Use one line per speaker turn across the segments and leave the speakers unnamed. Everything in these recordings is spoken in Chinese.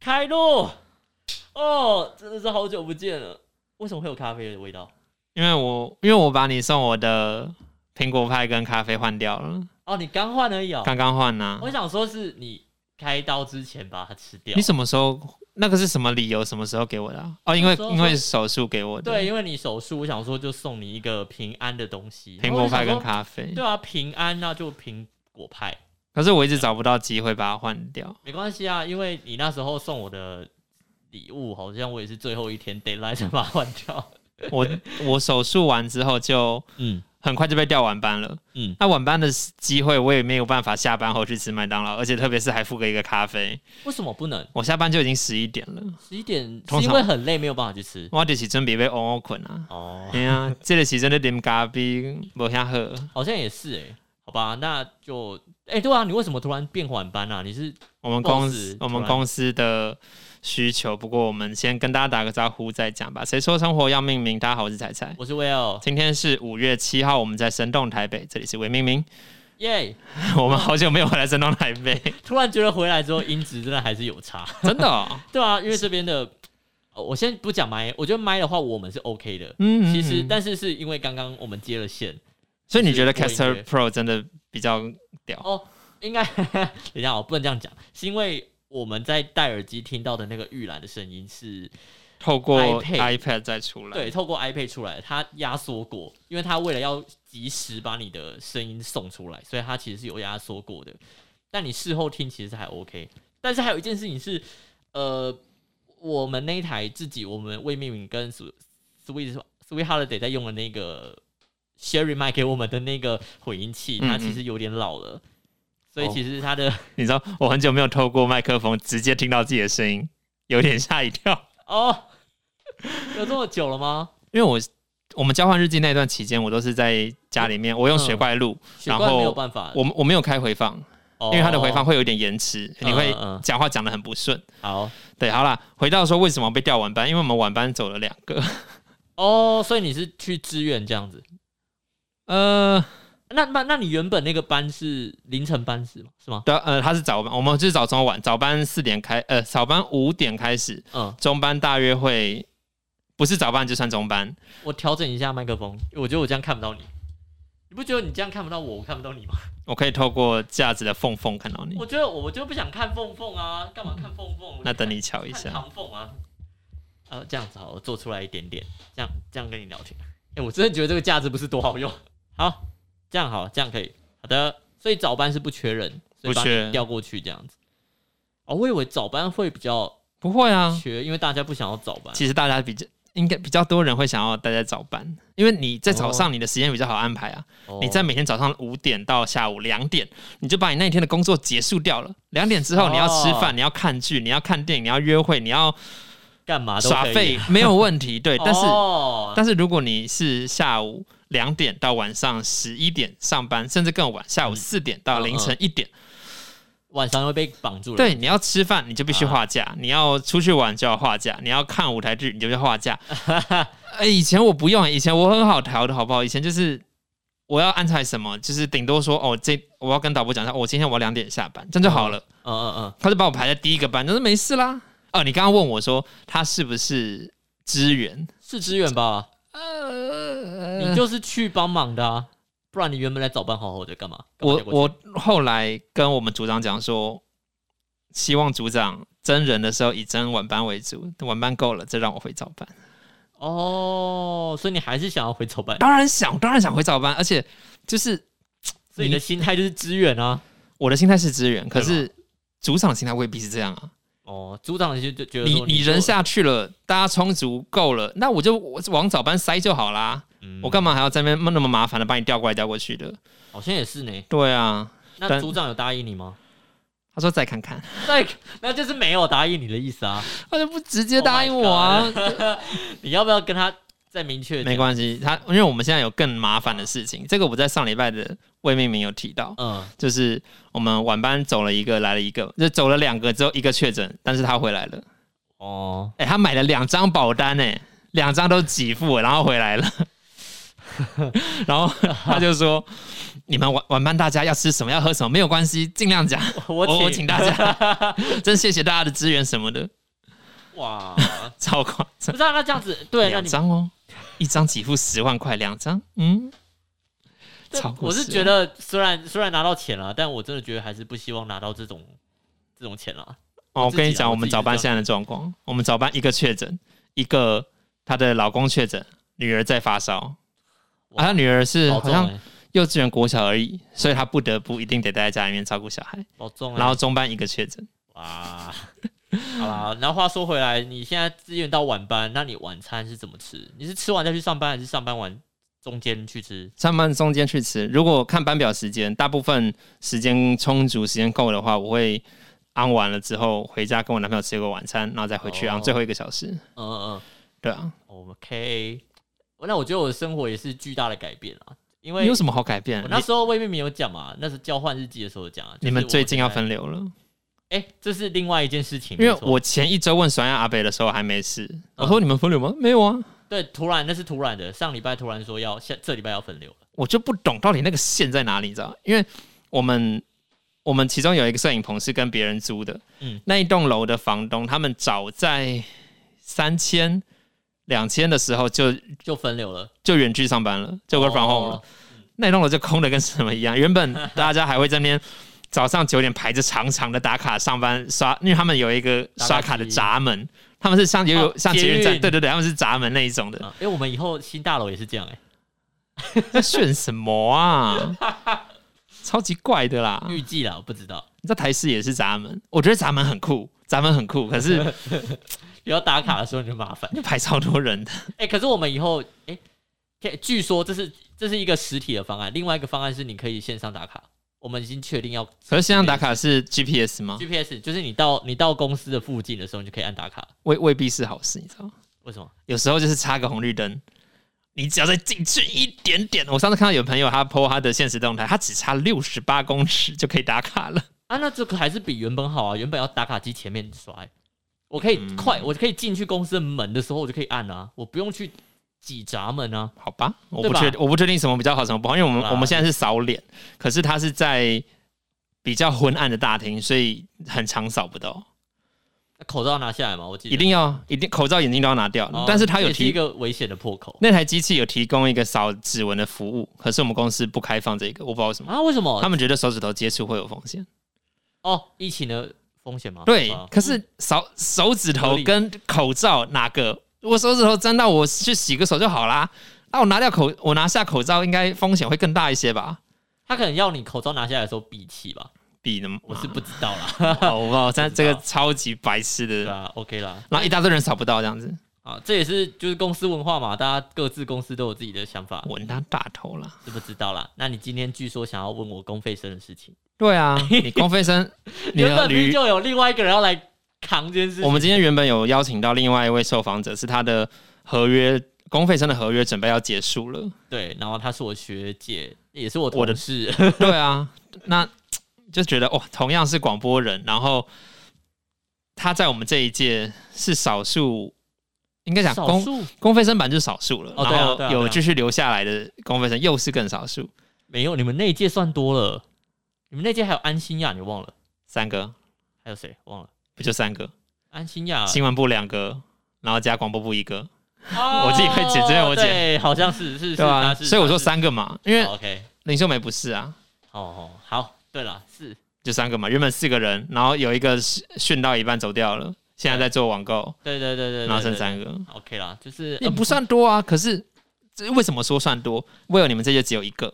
开路！哦，真的是好久不见了。为什么会有咖啡的味道？
因为我因为我把你送我的苹果派跟咖啡换掉了，
哦，你刚换而已哦。
刚刚换啊呢。
我想说是你开刀之前把它吃掉
你。什么时候？那个是什么理由？什么时候给我的啊、哦，因为
那时候
因为手术给我的。
对，，因为你手术，我想说就送你一个平安的东西。
苹果
然后我
派跟
就想说
咖啡。
对啊，平安那就苹果派，
可是我一直找不到机会把它换掉。
没关系啊，因为你那时候送我的礼物，好像我也是最后一天 d a y l i g h t 才把它换掉。
我我手术完之后就
嗯
很快就被调晚班了。
嗯，
那晚班的机会我也没有办法下班后去吃麦当劳，而且特别是还付个一个咖啡。
为什么不能？
我下班就已经十一点了，
十一点
通
是
常
因为很累，没有办法去吃。
我就是准备被熬熬困啊。
哦，
哎呀，这个时阵咧啉咖啡无遐好。
好像也是哎、好吧，那就哎、对啊，你为什么突然变晚班啊？你是
我们公
Boss，
司
突然
我们公司的需求，不过我们先跟大家打个招呼再讲吧。谁说生活要命名？大家好，我是彩彩。
我是 Will，
今天是五月七号，我们在神洞台北，这里是维明 明。
耶
我们好久没有回来神洞台北，
突然觉得回来之后音质真的还是有差，
真的、哦。
对啊，因为这边的、呃我先不讲麦，我觉得麦的话我们是 OK 的，
嗯，嗯
其实
嗯
但是是因为刚刚我们接了线，
所以你觉得
就是做音乐
Caster Pro 真的比较屌？
哦，应该 等一下，哦我不能这样讲，是因为我们在戴耳机听到的那个预览的声音是
透过
iPad
iPad 再出来，
对，，透过 iPad 出来的，它压缩过，因为它为了要及时把你的声音送出来，所以它其实是有压缩过的。但你事后听其实还 OK，但是还有一件事情是，呃，我们那一台自己我们魏命名跟 Sweet Sweet Sweet Holiday 在用的那个 Sherry 卖给我们的那个混音器，它
嗯嗯
其实有点老了，所以
哦
其实它的
你知道我很久没有透过麦克风直接听到自己的声音，有点吓一跳，
哦，有这么久了吗？
因为我我们交换日记那段期间，我都是在家里面，我用水怪录，
习
然
惯没有
后
办法，哦
我我没有开回放，因为它的回放会有点延迟，
嗯
你会
嗯嗯
讲话讲的很不顺。
好。
对，好啦，回到说为什么被调晚班，因为我们晚班走了两个，
哦，所以你是去支援这样子？
呃，
那那那你原本那个班是凌晨班是吗？是吗？
对啊，呃，他是早班，我们就是早中晚，早班四点开，呃，早班五点开始，
嗯，
中班大约会不是早班就算中班，
我调整一下麦克风，我觉得我这样看不到你。你不觉得你这样看不到我，我看不到 你吗？
我可以透过架子的缝缝看到你
我，觉得我就不想看凤凤啊，干嘛看凤凤？
那等你瞧
我
一
就看
下。
唐凤啊。呃，这样子好，我做出来一点点，这样这样跟你聊天。哎、我真的觉得这个架子不是多好用。 好，这样好，这样可以。好的，所以早班是不缺人，所以
不
把
缺
你调过去这样子。哦，我以为早班会比较
不会啊，
缺，因为大家不想要早班。
其实大家比较应该比较多人会想要待在早班，因为你在早上你的时间比较好安排啊。
哦
你在每天早上五点到下午两点，你就把你那一天的工作结束掉了。两点之后
哦
你要吃饭，你要看剧，你要看电影，你要约会，你要
干嘛啊都可以
耍废，没有问题。对，但是、
哦
但是如果你是下午两点到晚上十一点上班，甚至更晚，下午
嗯
四点到凌晨一点，
晚上会被绑住了。
对，你要吃饭你就必须
啊
画架，你要出去玩就要画架，你要看舞台剧你就要 画架。哎、以前我不用，以前我很好调的好不好？以前就是我要安排什么，就是顶多说哦，这我要跟导播讲一下，我、今天我要两点下班，这样就好了。
嗯，嗯嗯
他就把我排在第一个班，他说没事啦。哦，你刚刚问我说他是不是支援？
嗯，是支援吧？你
呃，
就是去帮忙的啊，不然你原本来早班好好的干嘛？干嘛
我
调过去
我后来跟我们组长讲说，希望组长真人的时候以真晚班为主，晚班够了，再让我回早班。
哦，所以你还是想要回早班，
当然想，当然想回早班，而且就是
所以你的心态就是支援啊。
我的心态是支援，
对
可
吧
是主场心态未必是这样啊。
哦，组长就就觉得
你
说
你
做
人，下去了，大家充足够了，那我就我往早班塞就好啦。
嗯
我干嘛还要在那边那么麻烦的把你调过来调过去的？
好像也是呢。
对啊，
那
但
组长有答应你吗？
他说再 看看，
对，那就是没有答应你的意思啊。
他就不直接答应我啊。
你要不要跟他再明确？
没关系，他因为我们现在有更麻烦的事情，这个我在上礼拜的未命名有提到，
嗯，
就是我们晚班走了一个，来了一个，就走了两个之后一个确诊，但是他回来了。
哦，
哎、他买了两张保单哎、两 张都给付了，然后回来了，然后他就说，你们晚晚班大家要吃什么要喝什么没有关系，尽量讲。
我
我请大
家，
真谢谢大家的支援什么的，
哇，
超夸
不
张。
知道那这样 子，对，那
两
你
张哦，一张给付十万块，两张，嗯，
对
超过
我是
10
觉得虽然虽然拿到钱了，但我真的觉得还是不希望拿到这种这种钱了。
哦，我
自己
跟你
啦
讲，
我
我
自
们
己
早
是
班
这
现在的状况，我们早班一个确诊，一个她的老公确诊，女儿在发烧，啊，
哇
她女儿是
保
好
重、
像
欸，
幼稚园、国小而已，所以她不得不一定得待在家里面照顾小孩。
保重、欸。
然后中班一个确诊，
哇， 好啦，然后话说回来，你现在自愿到晚班，那你晚餐是怎么吃？你是吃完再去上班，还是上班完中间去吃？
上班中间去吃。如果看班表时间，大部分时间充足、时间够的话，我会安完了之后回家跟我男朋友吃个晚餐，然后再回去安
哦
最后一个小时。
嗯嗯
对啊，
嗯，OK。那我觉得我的生活也是巨大的改变啊，因
你
为
有什么好改变
我？那
你
时候未必没有讲嘛，那是交换日记的时候讲啊。就是
你们
我
最近要
现在
分流了。
哎、这是另外一件事情，
因为
没错嗯
我前一周问酸亚阿北的时候还没事，我说你们分流吗？没有啊，
对突然那是突然的，上礼拜突然说要下这礼拜要分流了，
我就不懂到底那个线在哪里，你知道吗？因为我们我们其中有一个摄影棚是跟别人租的，
嗯
那一栋楼的房东他们早在三千两千的时候就
就分流了，
就远距上班了，就 work from home 了，
哦
那一栋楼就空的跟什么一样。原本大家还会在那边。早上九点排着长长的打卡上班刷，因为他们有一个
打卡
刷卡的
机
闸门，他们是像也有、
哦
像捷运站
捷，运
对对对，他们是闸门那一种的。
啊因为我们以后新大楼也是这样哎、
在炫什么 啊？超级怪的啦！
预计啦，我不知道，
你知道台式也是闸门，我觉得闸门很酷，闸门很酷，可 是
你要打卡的时候你就麻烦。
就排超多人的。
哎、可是我们以后哎、可以据说这是这是一个实体的方案，另外一个方案是你可以线上打卡。我们已经确定要
可是线上打卡 是 GPS 吗？
GPS，就是你到你到公司的附近的时候，你就可以按打卡。
未未必是好事，你知道吗？
为什么？
有时候就是插个红绿灯，你只要再进去一点点。我上次看到有朋友他 PO 他的现实动态，他只差六十八公尺就可以打卡了。
啊，那这个还是比原本好啊，原本要打卡机前面刷、欸，我可以快，我可以进去公司的门的时候，我就可以按啊，我不用去挤闸门啊。
好吧，啊我
对
不
吧
确我不确定什么比较好，什么不好，因为我们
好啦
我们现在是扫脸，可是它是在比较昏暗的大厅，所以很常扫不到，
那口罩拿下来嘛，我记得
一定要一定口罩眼镜都要拿掉。
哦
但是它有
这也是一
提
个危险的破口
那台机器有提供一个扫指纹的服务，可是我们公司不开放这个，我不知道为什么，
啊？为什么
他？们觉得手指头接触会有风险。哦
哦，疫情的风险吗？
对
啊，
可是扫手指
合
头
理
跟口罩哪个？我手指头沾到，我去洗个手就好啦。那、我拿掉口，我拿下口罩，应该风险会更大一些吧？
他可能要你口罩拿下来的时候闭气吧，
比 呢，
我是不知道啦。
哦，我不知道，但
不
这
知道
个超级白痴
对
的，
啊，OK 啦，
然后一大堆人扫不到这样子，
啊，这也是就是公司文化嘛，大家各自公司都有自己的想法，
闻他大头啦。
知不知道啦？那你今天据说想要问我公费生的事情，
对啊， 你公费生，你
原
的
本明明
驴。
就有另外一个人要来扛这件事情
我。们今天原本有邀请到另外一位受访者，是他的合约公费生的合约准备要结束了。
对，然后她是我学姐，也是我
我的
同事。
对啊，那就觉得哇，同样是广播人，然后他在我们这一届是少数，应该讲
少
公
数
公费生版就是少数了，
哦对啊
然后
对啊对啊
有继续留下来的公费生又是更少数，
没有，你们那一届算多了，你们那届还有安心亚，你忘了？
三个啊
还有谁忘了？
不就三个？
安心亚，
新闻部两个，然后加广播部一个，
哦
我自己会剪这是我剪
对，好像是是是，
对吧、
他是
所以我说
他
三个嘛，因
是
为
OK，
林秀梅不是啊，
哦哦，好，对了，是
就三个嘛，原本四个人，然后有一个训训到一半走掉了，现在在做网购，
对对对对，
然后
对
剩
对
三个，
OK 啦，就是
也不算多啊。可是这为什么说算多？为了你们这届只有一个，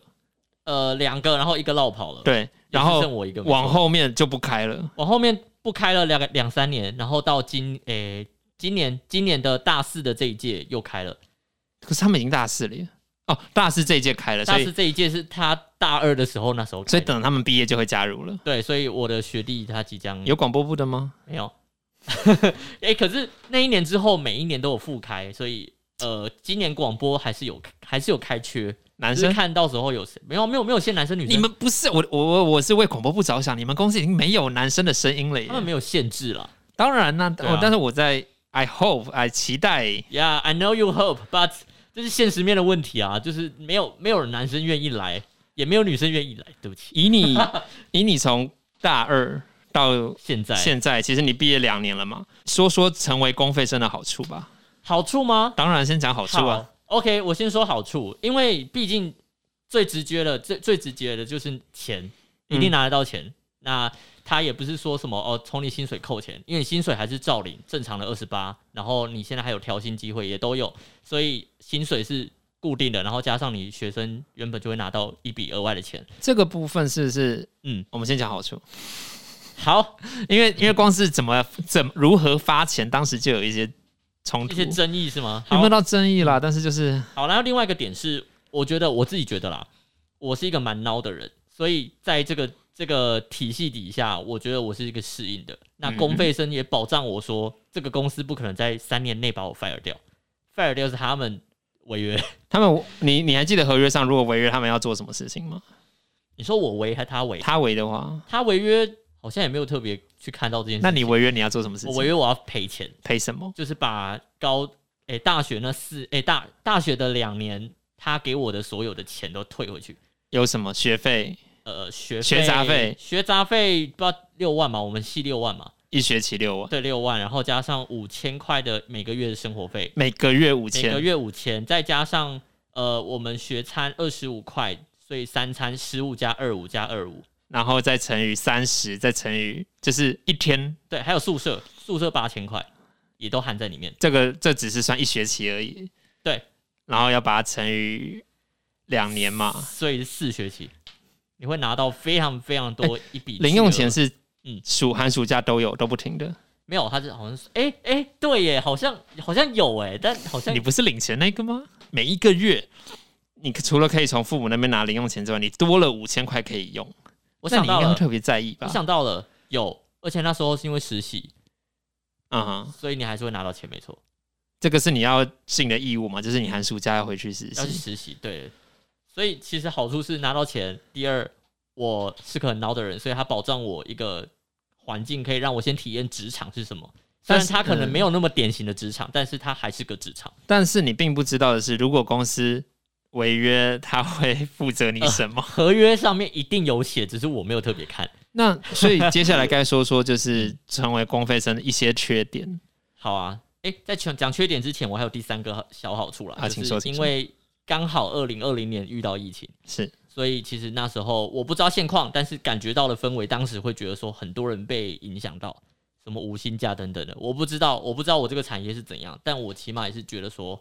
呃两个，然后一个落跑了，，
对，然后
剩我一个，没错
往后面就不开了。
往后面不开了两个两三年，然后到今诶今年今年的大四的这一届又开了，
可是他们已经大四了耶，哦，大四这一届开了，
大
所
四
以
这一届是他大二的时候那时候开的，
所以等他们毕业就会加入了。
对，所以我的学弟他即将
有广播部的吗？
没有？ 哎、可是那一年之后，每一年都有复开，所以呃，今年广播还是有还是有开缺，
男
只是
生？
看到时候有谁没有没有没有限男生女生，
你们不是我我我我是为广播部着想，你们公司已经没有男生的声音了耶
他。们没有限制啦。
当然啦、
对
我、
啊
但是我在 I hope I 期待
Yeah, I know you hope, but 这是现实面的问题啊，就是没有没有男生愿意来，也没有女生愿意来，对不起。
以你以你从大二到
现在
现在，其实你毕业两年了嘛，说说成为公费生的好处吧。
好处吗？
当然，先讲好处啊。
OK，我先说好处，因为毕竟最直接的、最最直接的就是钱，一定拿得到钱。那他也不是说什么哦，从你薪水扣钱，因为你薪水还是照领正常的二十八，然后你现在还有调薪机会也都有，所以薪水是固定的，然后加上你学生原本就会拿到一笔额外的钱。
这个部分是不是？
嗯，
我们先讲好处，
好，
因为因为光是怎么怎么如何发钱，当时就有一些冲
一
突，
些争议是吗？
有
好
没有到争议啦？但是就是
好，然后另外一个点是，我觉得我自己觉得啦，我是一个蛮孬的人，所以在这个这个体系底下，我觉得我是一个适应的。那公费生也保障我说，这个公司不可能在三年内把我 fire 掉，fire 掉是他们违约。
他们，你你还记得合约上如果违约，他们要做什么事情吗？
你说我违还他违？
他违的话，
他违约好像也没有特别去看到这件事。
那你违约你要做什么事
我
情？
违约我要赔钱，
赔什么？
就是把高诶、大学那四诶、大大学的两年，他给我的所有的钱都退回去。
有什么学费
呃学
学杂费
学杂费不知道六万嘛，我们系六万嘛，
一学期六万，
对六万，然后加上五千块的每个月的生活费，
每个月五
每个
千，
月五千，再加上呃我们学餐二十五块，所以三餐十五加二五加二五，
然后再乘以三十，再乘以就是一天，
对，还有宿舍，宿舍八千块也都含在里面，
这个这只是算一学期而已。
对，
然后要把它乘以两年嘛，
所以是四学期你会拿到非常非常多一笔、
哎零用钱。是
嗯
暑寒暑假都有都不停的，
没有，他是好像是，哎、哎、对耶，好像好像有哎，但好像
你不是领钱那个吗？每一个月，你除了可以从父母那边拿零用钱之外，你多了五千块可以用。
我
那
想
你应
到
该
了
会，特别在意吧
我？想到了，有，而且那时候是因为实习，
嗯哼，
所以你还是会拿到钱，没错，
这个是你要尽的义务嘛，就是你寒暑假要回去实
要去
习。
实习，对。所以其实好处是拿到钱，第二，我是个很孬的人，所以他保障我一个环境，可以让我先体验职场是什么。虽
但
然
是
他可能
嗯
没有那么典型的职场，但是他还是个职场。
但是你并不知道的是，如果公司违约，他会负责你什么？
合约上面一定有写，只是我没有特别看。
那 所以接下来该说说，就是成为公费生的一些缺点。
好啊，诶，在讲讲缺点之前，我还有第三个小好处啦，
啊
就
请说
是
请
因
说
为刚好二零二零年遇到疫情。
是
所以其实那时候我不知道现况，但是感觉到的氛围，当时会觉得说很多人被影响到，什么无薪假等等的，我不知道，我不知道我这个产业是怎样，但我起码也是觉得说，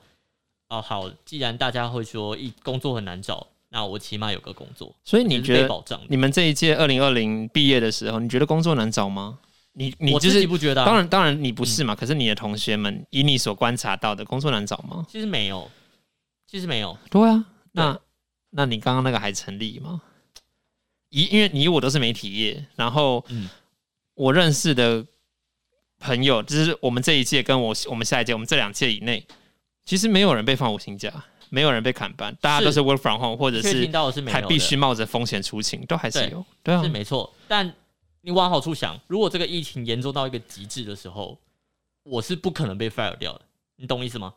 哦好，既然大家会说一工作很难找，那我起码有个工作，
所以
这
你
是
觉
被
得
保障的？
你们这一届二零二零毕业的时候，你觉得工作难找吗？你你
我
就
自己
是
不嗯觉得啊、
当然当然你不是嘛，可是你的同学们以你所观察到的工作难找吗？
其实没有，其实没有，
对啊，那那你刚刚那个还成立吗？以因为你我都是媒体业，然后
嗯
我认识的朋友，就是我们这一届跟我我们下一届，我们这两届以内，其实没有人被放无薪假，没有人被砍班，大家都是 work from home，或者
却
是
听到的是没有
还
的，
必须冒着风险出勤，都还是
对
有。对啊
是，没错，但你往好处想，如果这个疫情严重到一个极致的时候，我是不可能被 fire 掉的，你懂意思吗？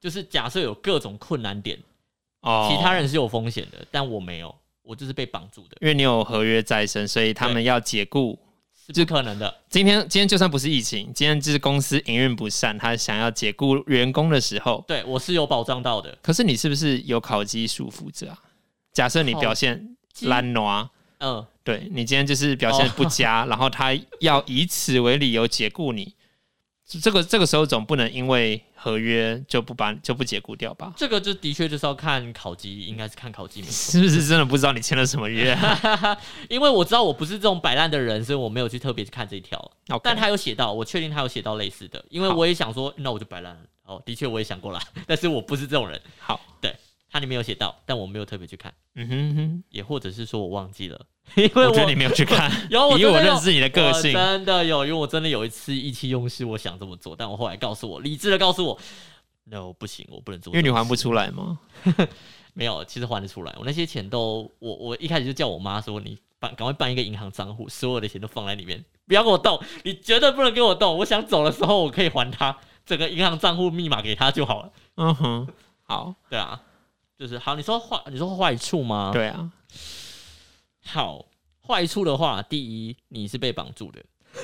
就是假设有各种困难点，
哦
其他人是有风险的，但我没有，我就是被绑住的，
因为你有合约在身，所以他们要解雇。
是不可能的。
今天今天就算不是疫情，今天就是公司营运不善，他想要解雇员工的时候，
对我是有保障到的，
可是你是不是有考绩束缚着啊？假设你表现
鸡哦
烂挪，
嗯，
对你今天就是表现不佳， 然后他要以此为理由解雇你，这个这个时候总不能因为合约就不把就不解雇掉吧？
这个就的确就是要看考级，应该是看考级名，
是不是真的不知道你签了什 么约、啊
因为我知道我不是这种摆烂的人，所以我没有去特别去看这一条，
o
但他有写到，我确定他有写到类似的，因为
好
我也想说，那我就摆烂了。哦，的确我也想过啦， 但是我不是这种人。
好，
它里面有写到，但我没有特别去看，
嗯哼哼，
也或者是说我忘记了， 因为
我
我
觉得你没有去看，
有我
以
真
我
的有
认识你的个性
我，真的有，因为我真的有一次意气用事，我想这么做，但我后来告诉我，理智的告诉我，no 不行，我不能做 这
因
种事，
为你还不出来嘛。
没有，其实还得出来，我那些钱都，我我一开始就叫我妈说你办赶快办一个银行账户，所有的钱都放在里面，不要给我动，你绝对不能给我动，我想走的时候我可以还他整个银行账户密码给他就好了，
嗯哼，好，
对啊，就是好，你说坏，你说坏处吗？
对啊，
好，坏处的话，第一，你是被绑住的。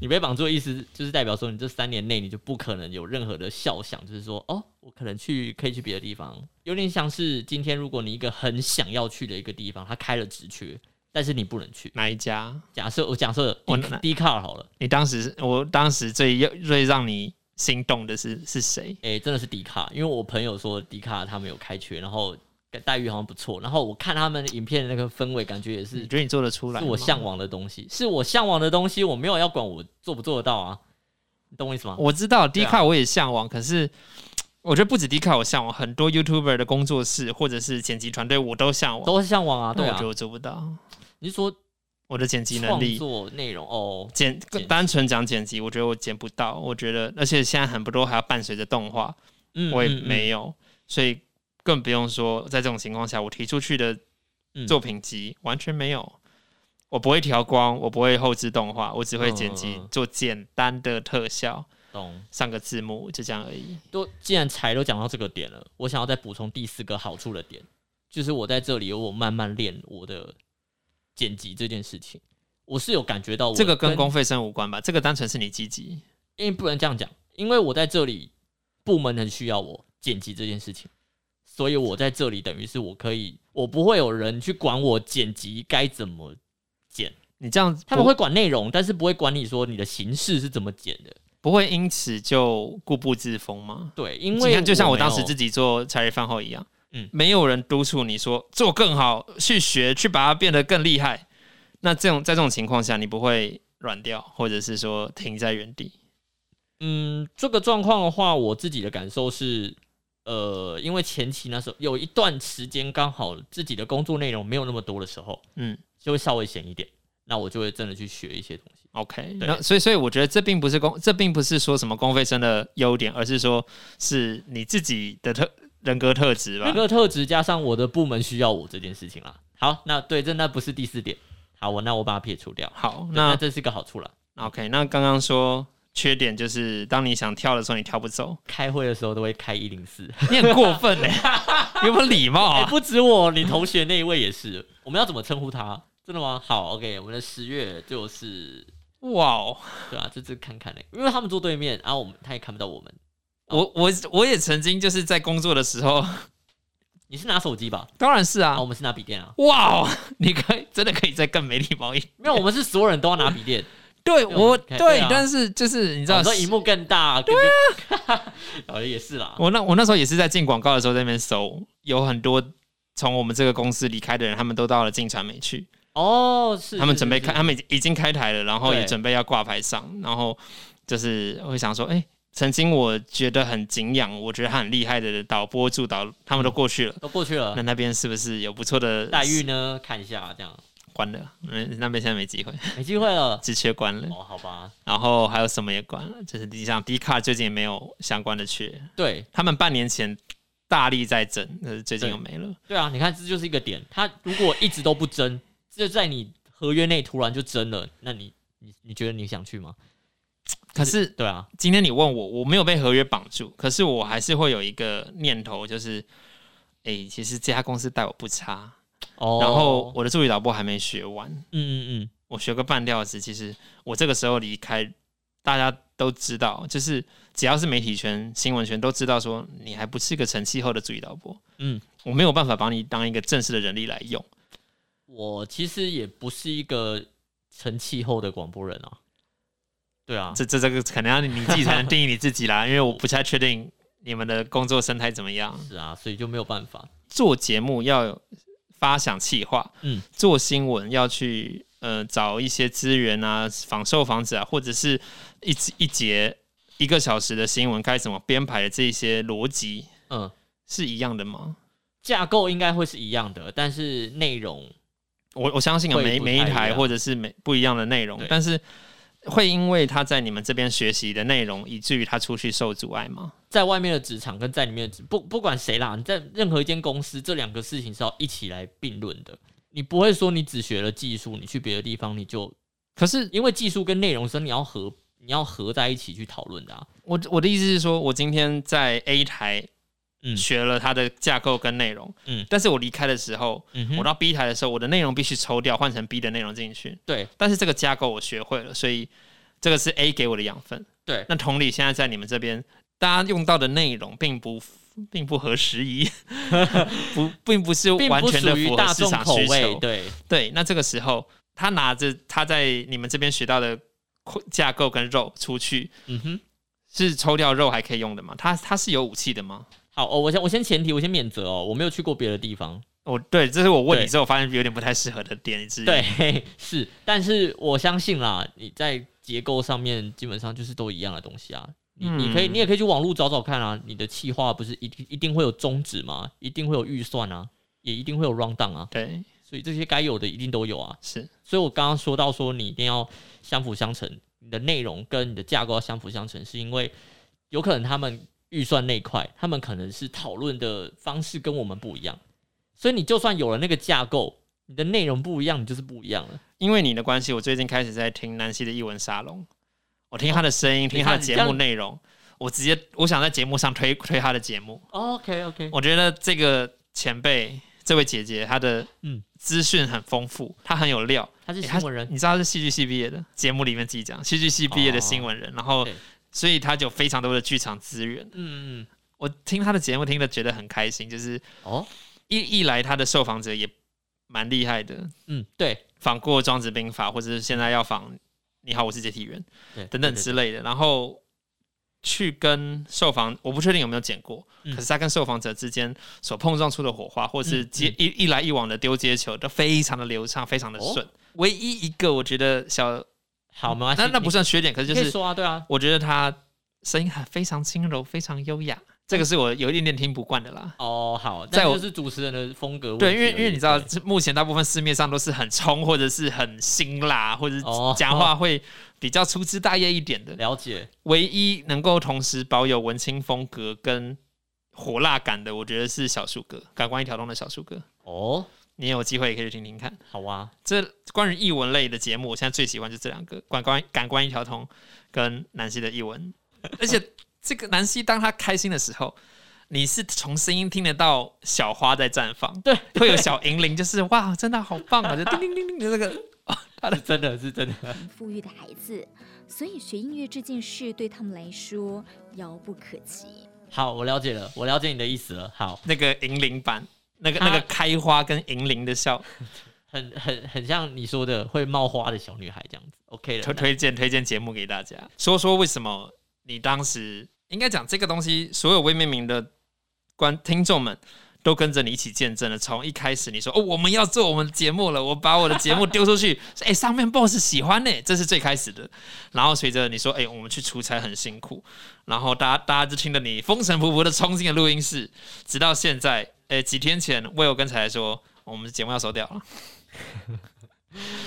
你被绑住的意思就是代表说，你这三年内你就不可能有任何的笑想，就是说，哦，我可能去可以去别的地方，有点像是今天如果你一个很想要去的一个地方，它开了职缺，但是你不能去。
哪一家？
假设我哦假设
我
D D 卡好了，
你当时，我当时最最让你心动的是是谁？
诶、真的是 D 卡，因为我朋友说 D 卡他们有开缺，然后待遇好像不错，然后我看他们影片的那个氛围，感觉也是
你觉得你做得出来
是
吗？
我向往的东西，是我向往的东西，我没有要管我做不做得到啊，你懂我意思吗？
我知道
对
D
啊
卡我也向往，可是我觉得不止 D 卡我向往，很多 YouTuber 的工作室或者是剪辑团队我都向往，
都是向往啊，对
但
啊
我觉得。我做不到。
你是说
我的剪辑能
创
力，
作内容哦，
剪
剪
单纯讲剪辑，我觉得我剪不到。我觉得，而且现在很多还要伴随着动画，
嗯
我也
嗯嗯
没有，所以更不用说在这种情况下，我提出去的
嗯
作品集、完全没有。我不会调光，我不会后置动画，我只会剪
嗯
辑
嗯嗯
做简单的特效，
懂。
上个字幕就这样而已。
都既然才都讲到这个点了，我想要再补充第四个好处的点，就是我在这里我慢慢练我的剪辑这件事情，我是有感觉到我
这个跟
跟
公费生无关吧？这个单纯是你积极。
因为不能这样讲，因为我在这里部门很需要我剪辑这件事情，所以我在这里等于是我可以，我不会有人去管我剪辑该怎么剪，
你这样不，
他们会管内容，但是不会管你说你的形式是怎么剪的。
不会因此就固步自封吗？
对，因
你
为
看，就像我当时
没
自
有
己做茶余饭后一样，
嗯
嗯，没有人督促你说做更好，去学，去把它变得更厉害。那这种在这种情况下，你不会软掉，或者是说停在原地。
嗯，这个状况的话，我自己的感受是，呃，因为前期那时候有一段时间刚好自己的工作内容没有那么多的时候，
嗯
就会稍微闲一点，那我就会真的去学一些东西。
，OK，
对
那所以所以我觉得这并不是公，这并不是说什么公费生的优点，而是说是你自己的特人格特质吧
人。格特质加上我的部门需要我这件事情啦。好，那对，这那不是第四点。好，我那我把它撇除掉。
好，
那
那
这是一个好处了。
嗯 OK，那刚刚说缺点就是当你想跳的时候，你跳不走，
开会的时候都会开一零四，
你很过分呢、 你有没有礼貌
哎，
啊？
不止我，你同学那一位也是。我们要怎么称呼他？真的吗？好，OK，我们的十月就是
哇哦！
对啊，这次看看嘞、因为他们坐对面，啊然、后我们他也看不到我们。
我我我也曾经就是在工作的时候，
你是拿手机吧？
当然是
啊，
啊
我，们是拿笔电啊。
哇哦，你可以真的可以再更没礼貌一点。
没有，我们是所有人都要拿笔 电，
对我
对啊
对，但是就是你知
你
道，
说荧幕更大。对啊， 哦也是啦。
我那我那时候也是在进广告的时候在那边搜，有很多从我们这个公司离开的人，他们都到了进传媒去，
哦，是
他们
是
准备
是
开，他们已经已经开台了，然后
对
也准备要挂牌上，然后就是我会想说，哎、曾经我觉得很敬仰，我觉得他很厉害的导播助导，他们都过去了，
都过去了
那，那边是不是有不错的
待遇呢？看一下这样，
关了，嗯，那边现在没机会，
没机会 了。
只缺关了。
哦，好吧，
然后还有什么也关了，就是你像 D 卡最近也没有相关的缺，
对
他们半年前大力在整，但是最近
对
又没了。
对啊，你看这就是一个点。他如果一直都不争，就在你合约内突然就争了，那你你你觉得你想去吗？
可是
对啊，
今天你问我，我没有被合约绑住，可是我还是会有一个念头，就是，诶，其实这家公司待我不差，
哦，
然后我的助理导播还没学完，
嗯嗯嗯，
我学个半吊子，其实我这个时候离开，大家都知道，就是只要是媒体圈、新闻圈都知道说你还不是个成气候的主义导播，
嗯，
我没有办法把你当一个正式的人力来用。
我其实也不是一个成气候的广播人啊。对啊，
这这这个可能要你自己才能定义你自己啦，因为我不太确定你们的工作生态怎么样。
是啊，所以就没有办法。
做节目要有发想企划，
嗯，
做新闻要去呃找一些资源啊，访受访者啊，或者是一集一节一个小时的新闻该怎么编排的这一些逻辑
嗯，
是一样的吗？
架构应该会是一样的，但是内容
我我相信啊，
会
每
不太
每一
一
台
样
或者是每不一样的内容
对，
但是会因为他在你们这边学习的内容，以至于他出去受阻碍吗？
在外面的职场跟在里面的职不不管谁啦，你在任何一间公司，这两个事情是要一起来并论的。你不会说你只学了技术，你去别的地方你就
可是
因为技术跟内容是你要合你要合在一起去讨论的啊。
我我的意思是说，我今天在 A 台
嗯
学了它的架构跟内容，
嗯
但是我离开的时候，
嗯哼
我到 B 台的时候，我的内容必须抽掉，换成 B 的内容进去。
对
但是这个架构我学会了，所以这个是 A 给我的养分。
对，
那同理，现在在你们这边，大家用到的内容并不并不合时宜， 不并不是
并
完
不
全的
属于
符合
大
市
众
场
口
需
味，
求。
对
对，那这个时候他拿着他在你们这边学到的架构跟肉出去，
嗯哼。
是抽掉肉还可以用的吗？他他是有武器的吗？
好哦，我先我先前提，我先免责哦，我没有去过别的地方。
我对，这是我问你
对
之后发现有点不太适合的点之一。
对， 是，但是我相信啦，你在结构上面基本上就是都一样的东西啊。你你可以，
嗯
你也可以去网络找找看啊。你的企划不是一定一定会有宗旨吗？一定会有预算啊，也一定会有 round down 啊。
对，
所以这些该有的一定都有啊。
是
所以我刚刚说到说你一定要相辅相成，你的内容跟你的架构要相辅相成，是因为有可能他们预算那一块，他们可能是讨论的方式跟我们不一样，所以你就算有了那个架构，你的内容不一样，你就是不一样了。
因为你的关系，我最近开始在听南希的译文沙龙，我听她的声
哦
音，听她的节目内容，我直接我想在节目上推推她的节目。
OK OK，
我觉得这个前辈，这位姐姐，她的
嗯
资讯很丰富，她很有料。
他是
欸他
新闻人，
你知道他是戏剧系毕业的，节目里面自己讲，戏剧系毕业的新闻人，然后
哦对
所以他就有非常多的剧场资源。
嗯嗯，
我听他的节目听的觉得很开心，就是
嗯哦，
一一来他的受访者也蛮厉害的，
嗯，对
仿过《庄子兵法》，或者是现在要仿《你好，我是解体员》
对，
等等
对
之类的，然后去跟受访，我不确定有没有剪过，
嗯
可是他跟受访者之间所碰撞出的火花，或是
嗯
接、一一来一往的丢接球，都非常的流畅，非常的顺。唯一一个我觉得小啊
好，没关系，
哦那那不
是
算缺点，可是就
可以
是
说啊，对啊，
我觉得他声音还非常轻柔，非常优雅，这个是我有一点点听不惯的啦。
哦好，
在
这
我
就是主持人的风格问
对，
题
因为
而
因为
已
你知道
对，
目前大部分市面上都是很冲，或者是很辛辣，或者是
哦
讲话会比较粗枝大叶一点的。
了解，
唯一能够同时保有文青风格跟火辣感的，我觉得是小树哥，感官一条龙的小树哥。
哦，
你有机会也可以去听听看。
好啊，
这关于译文类的节目，我现在最喜欢就这两个，感官感官一条通跟南希的译文。而且这个南希，当她开心的时候，你是从声音听得到小花在绽放，
对，
会有小银铃，就是哇，真的好棒啊！就叮叮叮叮，就这个
是真的是真的，
富裕的孩子，所以学音乐这件事对他们来说遥不可及。
好，我了解了，我了解你的意思了，好。
那个银铃版，那个
她
那个开花跟银铃的笑，
很很很像你说的会冒花的小女孩这样子，OK 的。
推推荐推荐节目给大家，说说为什么你当时应该讲这个东西，所有未命名的观听众们。都跟着你一起见证了。从一开始你说哦，我们要做我们的节目了，我把我的节目丢出去，哎、上面 boss 喜欢呢、这是最开始的。然后随着你说，哎、我们去出差很辛苦，然后大家大家就听着你风尘仆仆的冲进了录音室，直到现在，哎、几天前魏友跟才说，我们节目要收掉了。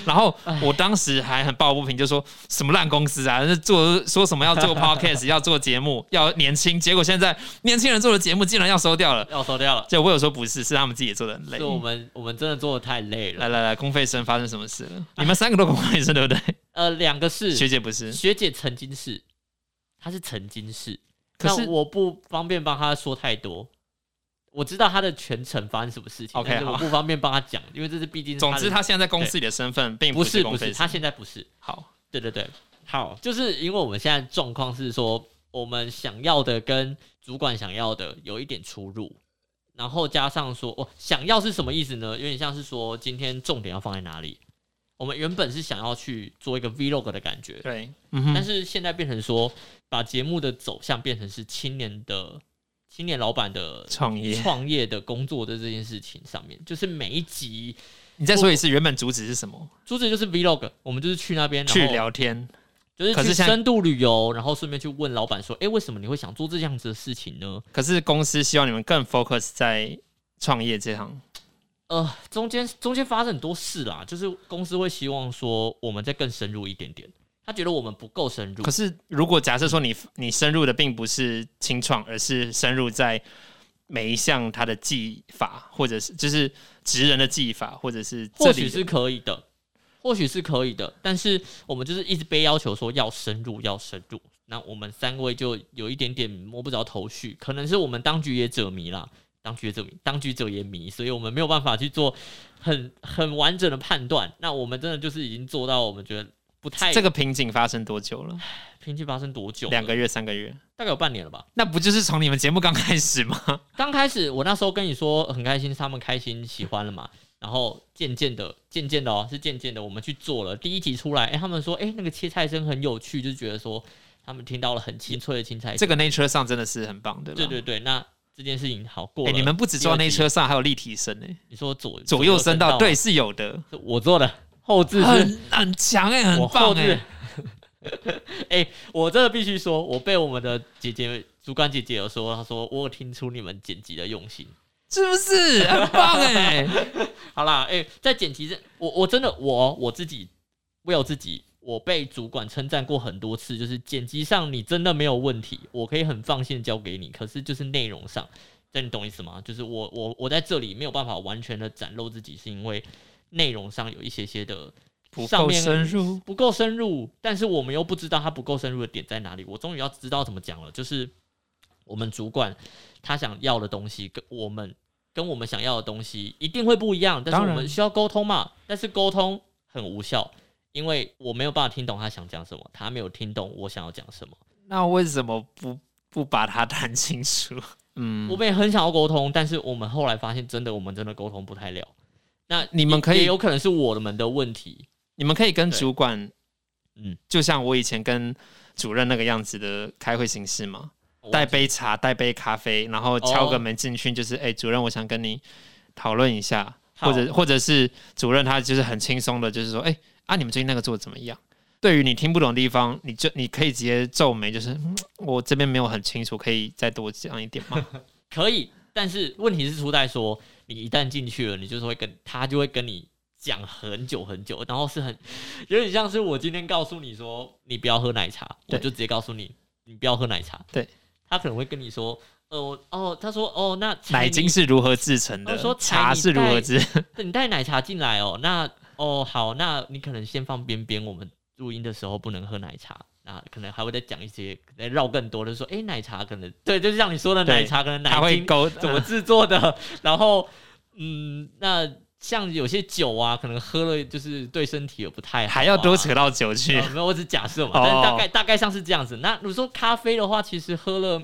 然后我当时还很抱不平，就说什么烂公司啊，那做说什么要 做 podcast，要做节目，要年轻，结果现在年轻人做的节目竟然要收掉了。
要收掉了，
就我有说不是，是他们自己也做的很累
是。我们我们真的做的太累了。
来来来，公费生发生什么事了？你们三个都公费生对不对？
呃，两个是
学姐不是，
学姐曾经是，她是曾经是，
可
但
是
我不方便帮她说太多。我知道她的全程发生什么事情
OK，
但是我
好
不方便帮她讲，因为这是毕竟是
总
她的
之他现在在公司里的身份并
不
是
是不
公
是，
费
她
生。
现在不是。
好，
对对对，好，就是因为我们现在状况是说，我们想要的跟主管想要的有一点出入，然后加上说，哦，想要是什么意思呢？有点像是说，今天重点要放在哪里？我们原本是想要去做一个 vlog 的感觉，
对，嗯
但
哼，
是现在变成说，把节目的走向变成是青年的青年老板的
创业。
创业的工作的这件事情上面，就是每一集
你再说一次，原本主旨是什么？
主旨就是 vlog，我们就是去那边然
去
后
聊天。
就是
可是
去
现在
深度旅游，然后顺便去问老板说：“哎、为什么你会想做这样子的事情呢
可是公司希望你们更 focus 在创业这行。？”
呃，中间中间发生很多事啦，就是公司会希望说我们再更深入一点点，他觉得我们不够深入
可。是如果假设说你你深入的并不是清创，而是深入在每一项它的技法，或者是就是职人的技法，或者是这
或
里
许
的
是可以的，或许是可以的，但是我们就是一直被要求说要深入，要深入。那我们三位就有一点点摸不着头绪，可能是我们当局也者迷啦，当局者迷，当局者也迷，所以我们没有办法去做很很完整的判断。那我们真的就是已经做到，我们觉得不太
这个瓶颈发生多久了？
平均发生多久了？
两个月、三个月？
大概有半年了吧。
那不就是从你们节目刚开始吗？
刚开始我那时候跟你说很开心，他们开心喜欢了嘛，然后渐渐的、渐渐的哦，是渐渐的，我们去做了第一集出来，哎、他们说，哎、那个切菜声很有趣，就觉得说他们听到了很清脆的青菜声，
这个内车上真的是很棒，对吧？
对对对，那这件事情好过
哎、
了。
你们不只做内车上，还有立体声哎、
你说左
左右声道，
道，
对，是有的，
是我做的后置是。
很很强哎、很
我
棒
后
哎、
置， 哎、我真的必须说，我被我们的姐姐主管姐姐有说，她说我有听出你们剪辑的用心。
是不是很棒哎、
好啦，哎、在剪辑这，我我真的我哦我自己，我有自己，我被主管称赞过很多次，就是剪辑上你真的没有问题，我可以很放心地交给你。可是就是内容上，这你懂意思吗？就是我我我在这里没有办法完全的展露自己，是因为内容上有一些些的
不
上
够
面
深入，
不够深入，但是我们又不知道它不够深入的点在哪里。我终于要知道怎么讲了，就是我们主管他想要的东西跟我们跟我们想要的东西一定会不一样，但是
当
我
然
们需要沟通嘛，但是沟通很无效，因为我没有办法听懂他想讲什么，他没有听懂我想要讲什么。
那为什么不不把它谈清楚？嗯
我，们也很想要沟通，但是我们后来发现，真的我们真的沟通不太了。那
你们可以
也有可能是我们的问题，
你们可以跟
对
主管，
嗯
嗯，就像我以前跟主任那个样子的开会形式嘛，
我
带杯茶，带杯咖啡，然后敲个门进去，就是哎、主任，我想跟你讨论一下，
好
或者或者是主任他就是很轻松的，就是说，哎、啊，你们最近那个做的怎么样？对于你听不懂的地方，你就你可以直接皱眉，就是、嗯我这边没有很清楚，可以再多讲一点吗？
可以，但是问题是出在说，你一旦进去了，你就是会跟他就会跟你讲很久很久，然后是很有点像是我今天告诉你说你不要喝奶茶，我
对
就直接告诉你你不要喝奶茶。
对，
他可能会跟你说，呃，我哦，他说哦，那猜
奶
你
精是如何制成的
我哦说？才
茶
你
是如
带
何制？
你带奶茶进来哦，那哦好，那你可能先放边边，我们录音的时候不能喝奶茶。那可能还会再讲一些，再绕更多的说，诶，奶茶可能对，就是像你说的
对
奶茶，可能奶
他会
精
勾
怎么制作的，然后嗯，那像有些酒啊，可能喝了就是对身体也不太好、啊，
还要多扯到酒去
呃。没有，我只假设嘛，
哦
但是大概大概像是这样子。那如果说咖啡的话，其实喝了。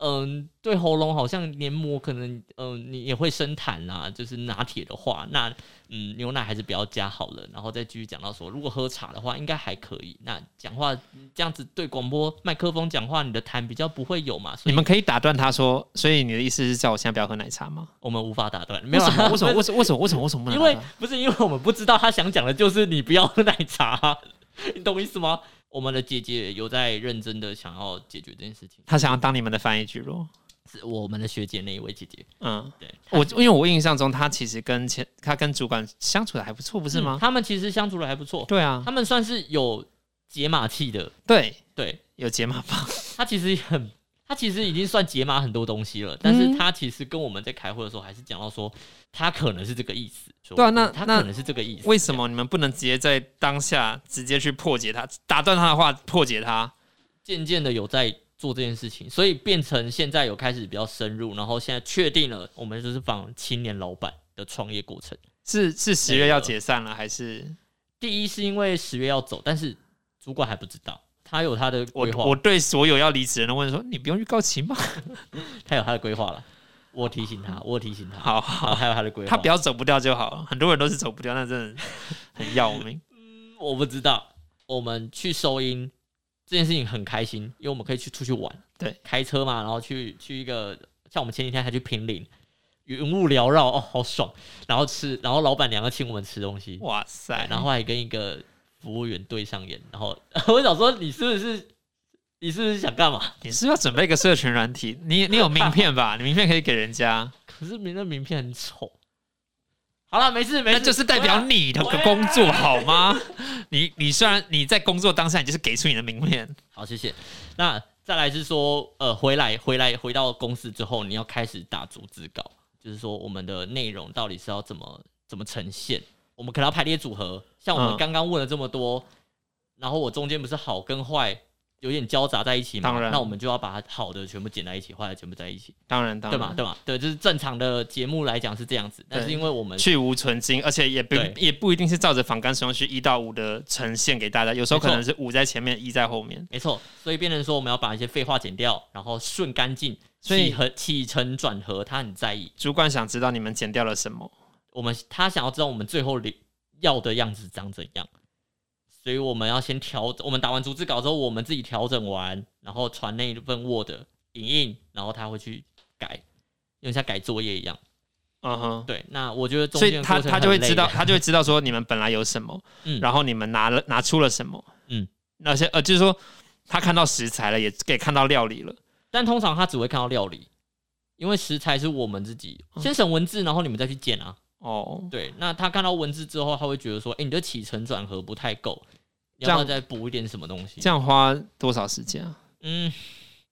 嗯，对喉咙好像黏膜可能，嗯，你也会生痰啊。就是拿铁的话，那嗯，牛奶还是不要加好了。然后再继续讲到说，如果喝茶的话，应该还可以。那讲话这样子对广播麦克风讲话，你的痰比较不会有嘛。所
你
以
们可以打断他说，所以你的意思是叫我现在不要喝奶茶吗？
我们无法打断，没
为
有
什
啦
么？为什么？为什 么？为什么？为什么？为什么不能
因
打断？
为不是因为我们不知道他想讲的就是你不要喝奶茶啊、 你懂我意思吗？我们的姐姐有在认真的想要解决这件事情，
他想要当你们的翻译居落。
是我们的学姐那一位姐姐，
嗯，
对，
我因为我印象中他其实跟前他跟主管相处的还不错，不
不
是吗？
他们其实相处的还不错，
对啊，
嗯他们算是有解码器的，
对，
对
有解 码棒，
他其实很。他其实已经算解码很多东西了，但是
嗯
他其实跟我们在开会的时候还是讲到说，他可能是这个意思。说
对啊那
他
那
可能是这个意思。
为什么你们不能直接在当下直接去破解他，打断他的话破解他？
渐渐的有在做这件事情，所以变成现在有开始比较深入，然后现在确定了，我们就是仿青年老板的创业过程。
是是十
那
月
个
要解散了还是？
第一是因为十月要走，但是主管还不知道，他有他的
我
规划，
我对所有要离职的人问说，你不用预告 期吗？
他有他的规划了。我提醒他，我提醒他，
好
好，
好，
还有他的规划。
他不要走不掉就好了。很多人都是走不掉，那真的很要 命。
我不知道。我们去收音这件事情很开心，因为我们可以去出去玩，
对，
开车嘛，然后去去一个像我们前几天还去平林，云雾缭绕，哦，好爽。然后吃，然后老板娘要请我们吃东西，
哇塞，
然后还跟一个服务员对上眼，然后 我想说你是不是你是不是想干嘛？
你是不是要准备一个社群软体？你你有名片吧？你名片可以给 人家，
可是你的名片很丑。好了，没事没
那
事，
就是代表你的
我要
工作好吗？ 你你虽然你在工作当下，你就是给出你的名片，
好，谢谢。那再来是说，呃，回来回来回到公司之后，你要开始打逐字稿，就是说我们的内容到底是要怎么怎么呈现，我们可能要排列组合。像我们
嗯
刚刚问了这么多，然后我中间不是好跟坏有点交杂在一起嘛，
当然
那我们就要把好的全部剪在一起，坏的全部在一起，
当然当
对吧？
然，
对吧？对，就是正常的节目来讲是这样子，但是因为我们
去无存精，而且也不
对
也不一定是照着反纲使用去一到五的呈现给大家，有时候
没错
可能是五在前面，一在后面。
没错，所以变成说我们要把一些废话剪掉，然后顺干净，
所以
起和起承转合，他很在意
主管想知道你们剪掉了什么，
我们，他想要知道我们最后留要的样子长怎样，所以我们要先调，我们打完逐字稿之后，我们自己调整完，然后传那一份 Word 影印，然后他会去改，用像改作业一样。
嗯哼。
对，那我觉得中
所
间
以
的
他
过程
他就会
很累啊
知道，
的
他就会知道说你们本来有什么，
嗯
然后你们拿了拿出了什么，
嗯，
那些呃，就是说他看到食材了，也也看到料理了，
但通常他只会看到料理，因为食材是我们自己
嗯
先审文字，然后你们再去剪啊。
哦，
对，那他看到文字之后，他会觉得说，哎、你的起承转合不太够，你
这
要不
样
要再补一点什么东西？
这样花多少时间啊？
嗯，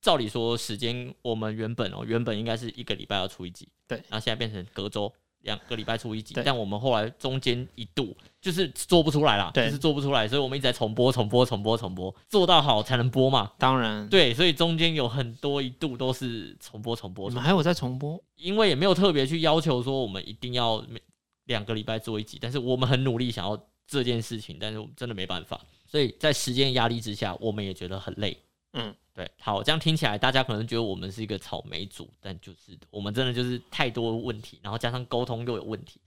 照理说时间，我们原本哦，原本应该是一个礼拜要出一集，
对
然后现在变成隔周两个礼拜出一集
对，
但我们后来中间一度就是做不出来啦，就
对
是做不出来，所以我们一直在重播、重播、重播、重播，做到好才能播嘛。
当然，
对，所以中间有很多一度都是重播、重播
我，们还有在重播，
因为也没有特别去要求说我们一定要每两个礼拜做一集，但是我们很努力想要这件事情，但是我们真的没办法，所以在时间压力之下，我们也觉得很累。
嗯，
对，好，这样听起来大家可能觉得我们是一个草莓族，但就是我们真的就是太多问题，然后加上沟通又有问题。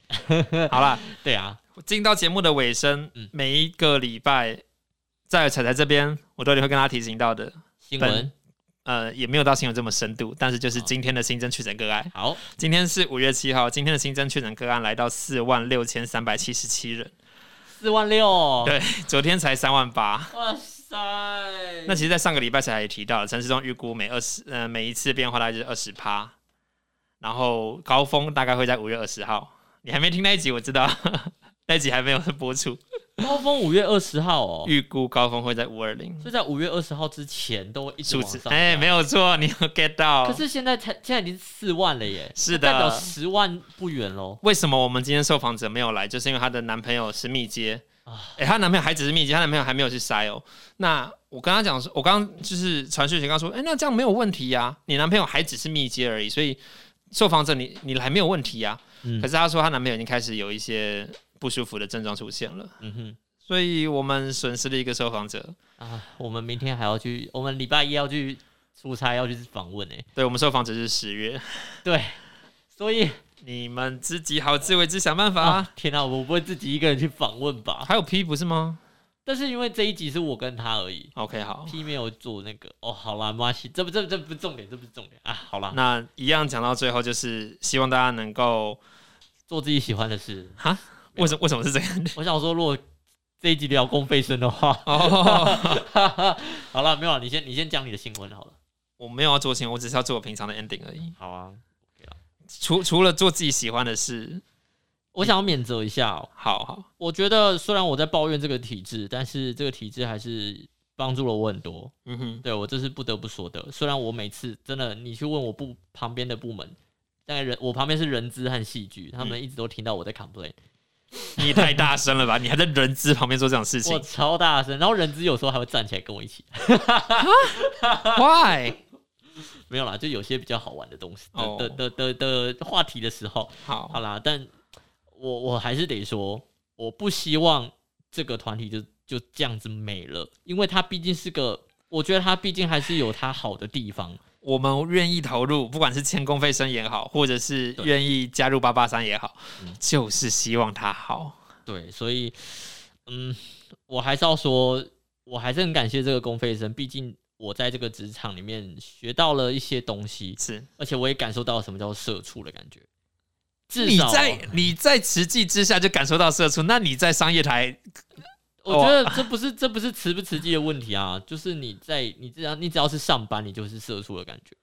好啦，
对啊，
进到节目的尾声，
嗯
每一个礼拜在彩彩这边，我都会跟大家提醒到的。
新
本
闻
呃，也没有到新闻这么深度，但是
啊
就是今天的新增确诊个案，
好，
今天是五月七号，今天的新增确诊个案来到四万六千三百七十七人，
四万六，
对昨天才三万八。
哇塞，
那其实，在上个礼拜才也提到了，城市中预估每二十呃每一次变化大概就是二十趴，然后高峰大概会在五月二十号。你还没听那一集，我知道 那一集还没有播出，
高峰五月二十号哦，
预估高峰会在五二零。
所以在五月二十号之前都一直
数
往
字
上。
哎、没有错，你有 get 到。
可是现在才现在已经四万了耶，
是
代表
的，
十万不远喽。
为什么我们今天受访者没有来，就是因为她的男朋友是密接
啊
哎、她男朋友还只是密接，她男朋友还没有去筛哦。那我跟她讲说，我刚刚就是传讯息，跟她说，哎、那这样没有问题呀、啊你男朋友还只是密接而已，所以受访者你你还没有问题呀、
嗯
可是她说她男朋友已经开始有一些不舒服的症状出现了，
嗯
所以我们损失了一个受访者。
哼，啊，我们明天还要去，我们礼拜一要去出差，要去访问诶。
对我们受访者是十月，
对，所以
你们自己好自为之，想办法啊、
啊，天哪、我不会自己一个人去访问吧？
还有 P 不是吗
但是因为这一集是我跟他而已
？OK，好，
，P 没有做那个。哦，好啦，没关系，这不这这不是重点，这不是重点啊。好啦，
那一样讲到最后，就是希望大家能够
做自己喜欢的事。
哈，为什么为什么是这样？
我想说，如果这一集聊公费生的话，
哦，
好了，没有啦，你先你先讲你的新闻好了。
我没有要做新闻，我只是要做我平常的 ending 而已。
好啊，
除除了做自己喜欢的事，
我想要免责一下、哦。
好好，
我觉得虽然我在抱怨这个体制，但是这个体制还是帮助了我很多。
嗯哼，
对我这是不得不说的。虽然我每次真的，你去问我部旁边的部门，大概人我旁边是人资和戏剧，他们一直都听到我在 complain，、
你也太大声了吧？你还在人资旁边做这种事
我
情
超大声。然后人资有时候还会站起来跟我一起，
？Why？
没有啦，就有些比较好玩的东西的、
哦
的的的的话题的时候，好
好，
啦，但我我还是得说，我不希望这个团体就就这样子没了，因为它毕竟是个，我觉得它毕竟还是有它好的地方。
我们愿意投入，不管是签公费生也好，或者是愿意加入八八三也好
嗯，
就是希望他好。
对，所以，嗯，我还是要说，我还是很感谢这个公费生，毕竟我在这个职场里面学到了一些东西，
是
而且我也感受到什么叫社畜的感觉。至
你
少，
在你在实际之下就感受到社畜，那你在商业台
我觉得这不是这不是辞不辞职的问题啊，就是你在你只要你只要是上班，你就是社畜的感觉。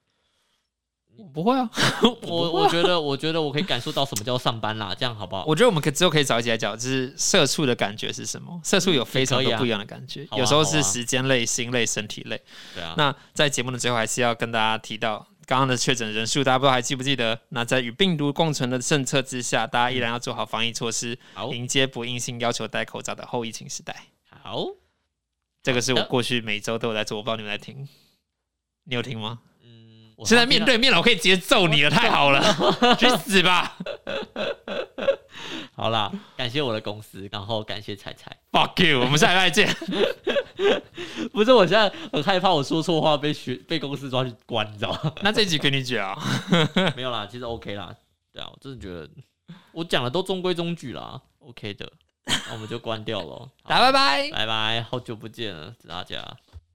不会啊，
我我觉得，我觉得我可以感受到什么叫上班啦，这样好不好？
我觉得我们可之后可以找一起来讲，就是社畜的感觉是什么？社畜有非常
也可以
多
啊
不一样的感觉，
好啊
有时候
好啊
是时间类、心类、身体类。
对啊，
那在节目的最后，还是要跟大家提到刚刚的确诊人数，大家不知道还记不记得？那在与病毒共存的政策之下，大家依然要做嗯好防疫措施，
好
迎接不硬性要求戴口罩的后疫情时代。
好，
这个是
好
我
的
过去每周都有在做，我不知道你们在听，你有听吗？
嗯，我
现在
常听
面
到
对面了，我可以啊直接揍你了，太好了，去死 吧
好啦，感谢我的公司，然后感谢彩彩。
！Fuck you！我们下礼拜见。
不是，我现在很害怕我说错话被学被公司抓去关，你知道吗？
那这一集给你举啊，
没有啦，其实 OK 啦。对啊，我真的觉得我讲的都中规中矩啦，OK 的，那我们就关掉了。
打拜拜。
拜拜，好久不见了，大家。